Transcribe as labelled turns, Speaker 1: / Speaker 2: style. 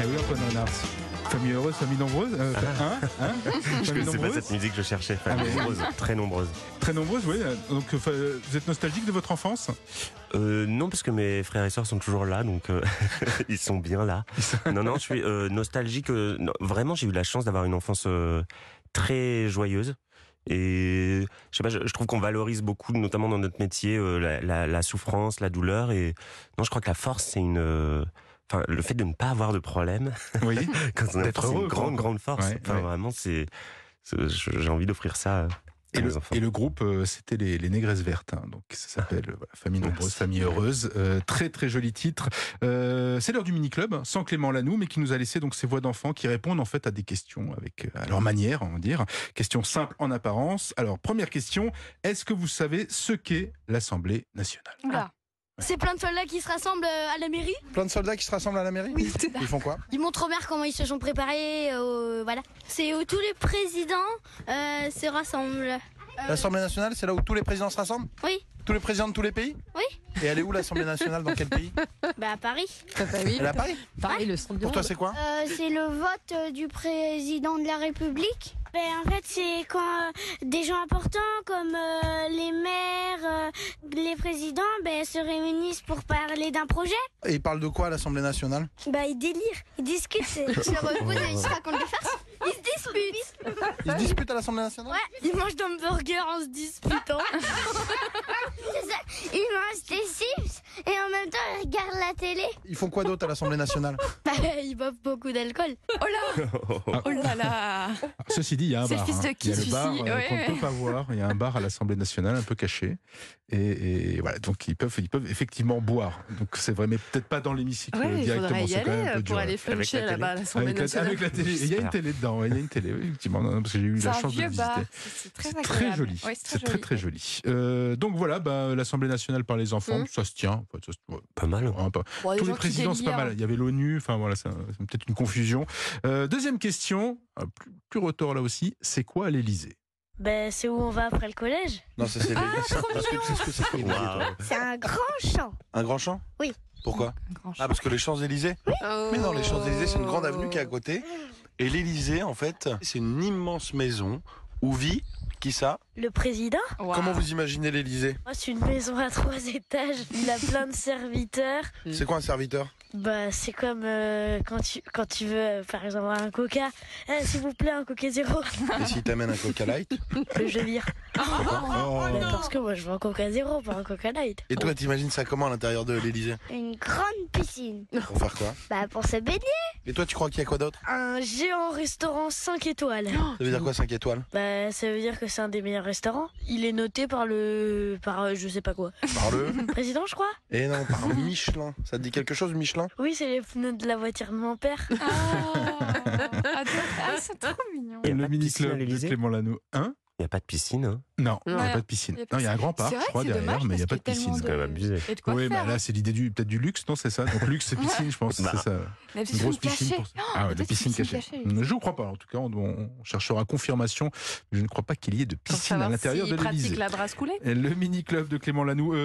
Speaker 1: Eh Merci. Famille heureuse, famille nombreuse. euh, hein, hein
Speaker 2: Ah. Je
Speaker 1: Famille
Speaker 2: connaissais pas
Speaker 1: nombreuse
Speaker 2: cette musique, je cherchais. Enfin,
Speaker 1: Ah oui.
Speaker 2: nombreuse, très nombreuse.
Speaker 1: Très nombreuse, oui. Donc, euh, fa- vous êtes nostalgique de votre enfance
Speaker 2: Euh, non, parce que mes frères et sœurs sont toujours là, donc euh, ils sont bien là. Non, non, je suis euh, nostalgique. euh, non, vraiment, j'ai eu la chance d'avoir une enfance euh, très joyeuse. Et je sais pas, je, je trouve qu'on valorise beaucoup, notamment dans notre métier, euh, la, la- la souffrance, la douleur. Et non, je crois que la force, c'est une. euh, Enfin, le fait de ne pas avoir de problème,
Speaker 1: Oui.
Speaker 2: quand on a
Speaker 1: D'être
Speaker 2: force, c'est
Speaker 1: heureux,
Speaker 2: une grande,
Speaker 1: quoi.
Speaker 2: grande force.
Speaker 1: Ouais,
Speaker 2: enfin,
Speaker 1: ouais.
Speaker 2: vraiment, c'est. c'est- je- J'ai envie d'offrir ça euh, à
Speaker 1: Et
Speaker 2: mes
Speaker 1: le,
Speaker 2: enfants.
Speaker 1: et le groupe, euh, c'était les, les Négresses Vertes. hein. donc, ça s'appelle euh, voilà, Famille
Speaker 2: Merci.
Speaker 1: Nombreuse, Famille Heureuse. Euh, très, très joli titre. Euh, c'est l'heure du mini-club, sans Clément Lanoux, mais qui nous a laissé donc ces voix d'enfants qui répondent en fait à des questions avec, euh, à leur manière, on va dire. Questions simples en apparence. Alors, première question. Est-ce que vous savez ce qu'est l'Assemblée nationale
Speaker 3: Oula. C'est plein de soldats qui se rassemblent euh, à la mairie.
Speaker 4: Plein de soldats qui se rassemblent à la mairie
Speaker 3: Oui.
Speaker 5: Bah
Speaker 3: Euh,
Speaker 4: Ils font quoi
Speaker 3: Ils montrent aux maires comment ils se sont préparés. euh, voilà. C'est où tous les présidents euh, se rassemblent.
Speaker 4: L'Assemblée nationale, c'est là où tous les présidents se rassemblent
Speaker 3: Oui.
Speaker 4: Tous les présidents de tous les pays
Speaker 3: Oui.
Speaker 4: Et elle est où l'Assemblée nationale Dans quel pays
Speaker 3: Bah à Paris.
Speaker 4: Elle est à Paris
Speaker 5: Pareil, le centre du
Speaker 4: Pour toi,
Speaker 5: monde.
Speaker 4: c'est
Speaker 6: Hein
Speaker 4: quoi
Speaker 3: Euh, c'est le vote euh, du président de la République.
Speaker 6: Ben, en fait, c'est quand euh, des gens importants comme euh, les maires, euh, les présidents, ben, se réunissent pour parler d'un projet.
Speaker 4: Et ils parlent de quoi à l'Assemblée nationale
Speaker 6: Ben, ils délirent, ils discutent. c'est-
Speaker 3: Bah, Ils se reposent et ils se racontent des farces. Ils se disputent.
Speaker 4: Ils se disputent à l'Assemblée nationale
Speaker 3: Ils mangent d'hamburgers en se disputant.
Speaker 6: ils mangent des chips et en même temps, ils regardent la télé.
Speaker 4: Ils font quoi d'autre à l'Assemblée nationale
Speaker 3: Bah, ils boivent beaucoup d'alcool.
Speaker 5: Oh là là
Speaker 1: Ah, Ceci dit, il y a un
Speaker 5: C'est le
Speaker 1: bar.
Speaker 5: fils de
Speaker 1: Il y a
Speaker 5: qui,
Speaker 1: le bar
Speaker 5: celui-ci
Speaker 1: euh,
Speaker 5: Ouais,
Speaker 1: qu'on
Speaker 5: ouais.
Speaker 1: ne peut pas voir. Il y a un bar à l'Assemblée nationale, un peu caché. Et, et voilà, donc ils peuvent, ils peuvent effectivement boire. Donc c'est vrai, mais peut-être pas dans l'hémicycle
Speaker 5: Ouais, il
Speaker 1: directement.
Speaker 5: faudrait y
Speaker 1: c'est quand même un
Speaker 5: aller
Speaker 1: peu
Speaker 5: pour
Speaker 1: dur, ouais.
Speaker 5: aller
Speaker 2: Avec la
Speaker 5: flusher
Speaker 2: télé.
Speaker 5: là-bas à l'Assemblée
Speaker 1: Avec la,
Speaker 5: nationale.
Speaker 1: avec la télé, il y a une
Speaker 2: J'espère.
Speaker 1: télé dedans, ouais, il y a une télé, oui, effectivement, non, non, parce que j'ai eu
Speaker 5: C'est
Speaker 1: la
Speaker 5: un
Speaker 1: chance de
Speaker 5: vieux
Speaker 1: le
Speaker 5: bar.
Speaker 1: visiter.
Speaker 5: C'est c'est très
Speaker 1: C'est
Speaker 5: agréable.
Speaker 1: très joli,
Speaker 5: Ouais,
Speaker 1: c'est très très joli. Euh, donc voilà, bah, l'Assemblée nationale par les enfants,
Speaker 5: Mhm.
Speaker 1: ça se tient. Enfin, ça se- ouais,
Speaker 2: Pas mal. hein.
Speaker 1: un peu. Tous
Speaker 5: Bon,
Speaker 1: les
Speaker 5: gens qui
Speaker 1: présidents, c'est pas
Speaker 5: délirent.
Speaker 1: mal. Il y avait l'ONU, enfin voilà, c'est un- c'est peut-être une confusion. Euh, deuxième question, euh, plus, plus retors là aussi, c'est quoi l'Elysée
Speaker 6: Ben, c'est où on va après le collège.
Speaker 4: Non, ça c'est
Speaker 5: Ah, trop
Speaker 2: Waouh.
Speaker 6: C'est un grand champ.
Speaker 4: Un grand champ
Speaker 6: Oui.
Speaker 4: Pourquoi
Speaker 5: Grand
Speaker 4: Ah, parce que les Champs-Élysées
Speaker 5: Oh.
Speaker 4: Mais non, les Champs-Élysées, c'est une grande avenue qui est à côté. Et l'Élysée, en fait, c'est une immense maison où vit. Qui ça
Speaker 6: Le président
Speaker 5: Waouh.
Speaker 4: Comment vous imaginez l'Élysée
Speaker 6: Moi, c'est une maison à trois étages. Il a plein de serviteurs.
Speaker 4: C'est quoi un serviteur
Speaker 6: Bah, c'est comme euh, quand, tu, quand tu veux, euh, par exemple, un coca. Eh, S'il vous plaît, un coca zéro.
Speaker 4: Et s'il t'amène un coca light
Speaker 6: que je vire.
Speaker 5: Ah,
Speaker 4: Oh.
Speaker 6: Bah, parce que moi, je veux un coca zéro, pas un coca light.
Speaker 4: Et toi, t'imagines ça comment à l'intérieur de l'Élysée
Speaker 6: Une grande piscine.
Speaker 4: Pour faire quoi
Speaker 6: Bah, pour se baigner.
Speaker 4: Et toi, tu crois qu'il y a quoi d'autre
Speaker 6: Un géant restaurant 5 étoiles.
Speaker 4: Ça veut dire quoi 5 étoiles
Speaker 6: Bah, ça veut dire que c'est un des meilleurs restaurants. Il est noté par le. par euh, je sais pas quoi.
Speaker 4: Par le
Speaker 6: Président, je crois
Speaker 4: Et Eh non, par Michelin. Ça te dit quelque chose, Michelin
Speaker 6: Oui, c'est les pneus de la voiture de mon père.
Speaker 5: Ah, Attends, ah, c'est trop mignon.
Speaker 2: Oh. Il y a
Speaker 1: Le
Speaker 2: pas de piscine
Speaker 1: mini-club
Speaker 2: à
Speaker 1: de
Speaker 2: l'Élysée
Speaker 1: Clément Lanoux. Hein
Speaker 2: Il n'y a pas de piscine. hein.
Speaker 1: Non, il n'y a
Speaker 5: Ouais.
Speaker 1: pas de piscine.
Speaker 5: Il y a pas
Speaker 1: Non, il y a un grand parc,
Speaker 5: C'est vrai
Speaker 1: je crois,
Speaker 5: que c'est
Speaker 1: derrière,
Speaker 5: dommage
Speaker 1: mais il n'y a pas
Speaker 5: parce
Speaker 1: de
Speaker 5: qu'il y a
Speaker 1: piscine.
Speaker 2: C'est quand même abusé.
Speaker 5: Et de quoi
Speaker 1: Oui, mais
Speaker 5: faire
Speaker 1: là, c'est l'idée du peut-être du luxe, non C'est ça Donc luxe, c'est piscine, je pense.
Speaker 2: Bah,
Speaker 1: c'est ça.
Speaker 5: La
Speaker 1: Une grosse piscine.
Speaker 5: cachée.
Speaker 1: pour- Ah ouais,
Speaker 5: peut-être
Speaker 1: la
Speaker 5: une
Speaker 1: piscine
Speaker 5: piscine
Speaker 1: cachée.
Speaker 5: cachée.
Speaker 1: Mm, Je ne crois pas. En tout cas, on, on cherchera confirmation. Je ne crois pas qu'il y ait de
Speaker 5: Pour
Speaker 1: piscine à
Speaker 5: savoir
Speaker 1: l'intérieur
Speaker 5: s'ils
Speaker 1: de
Speaker 5: pratiquent
Speaker 1: l'Élysée.
Speaker 5: la brasse coulée.
Speaker 1: Le mini club de Clément Lanoux. euh,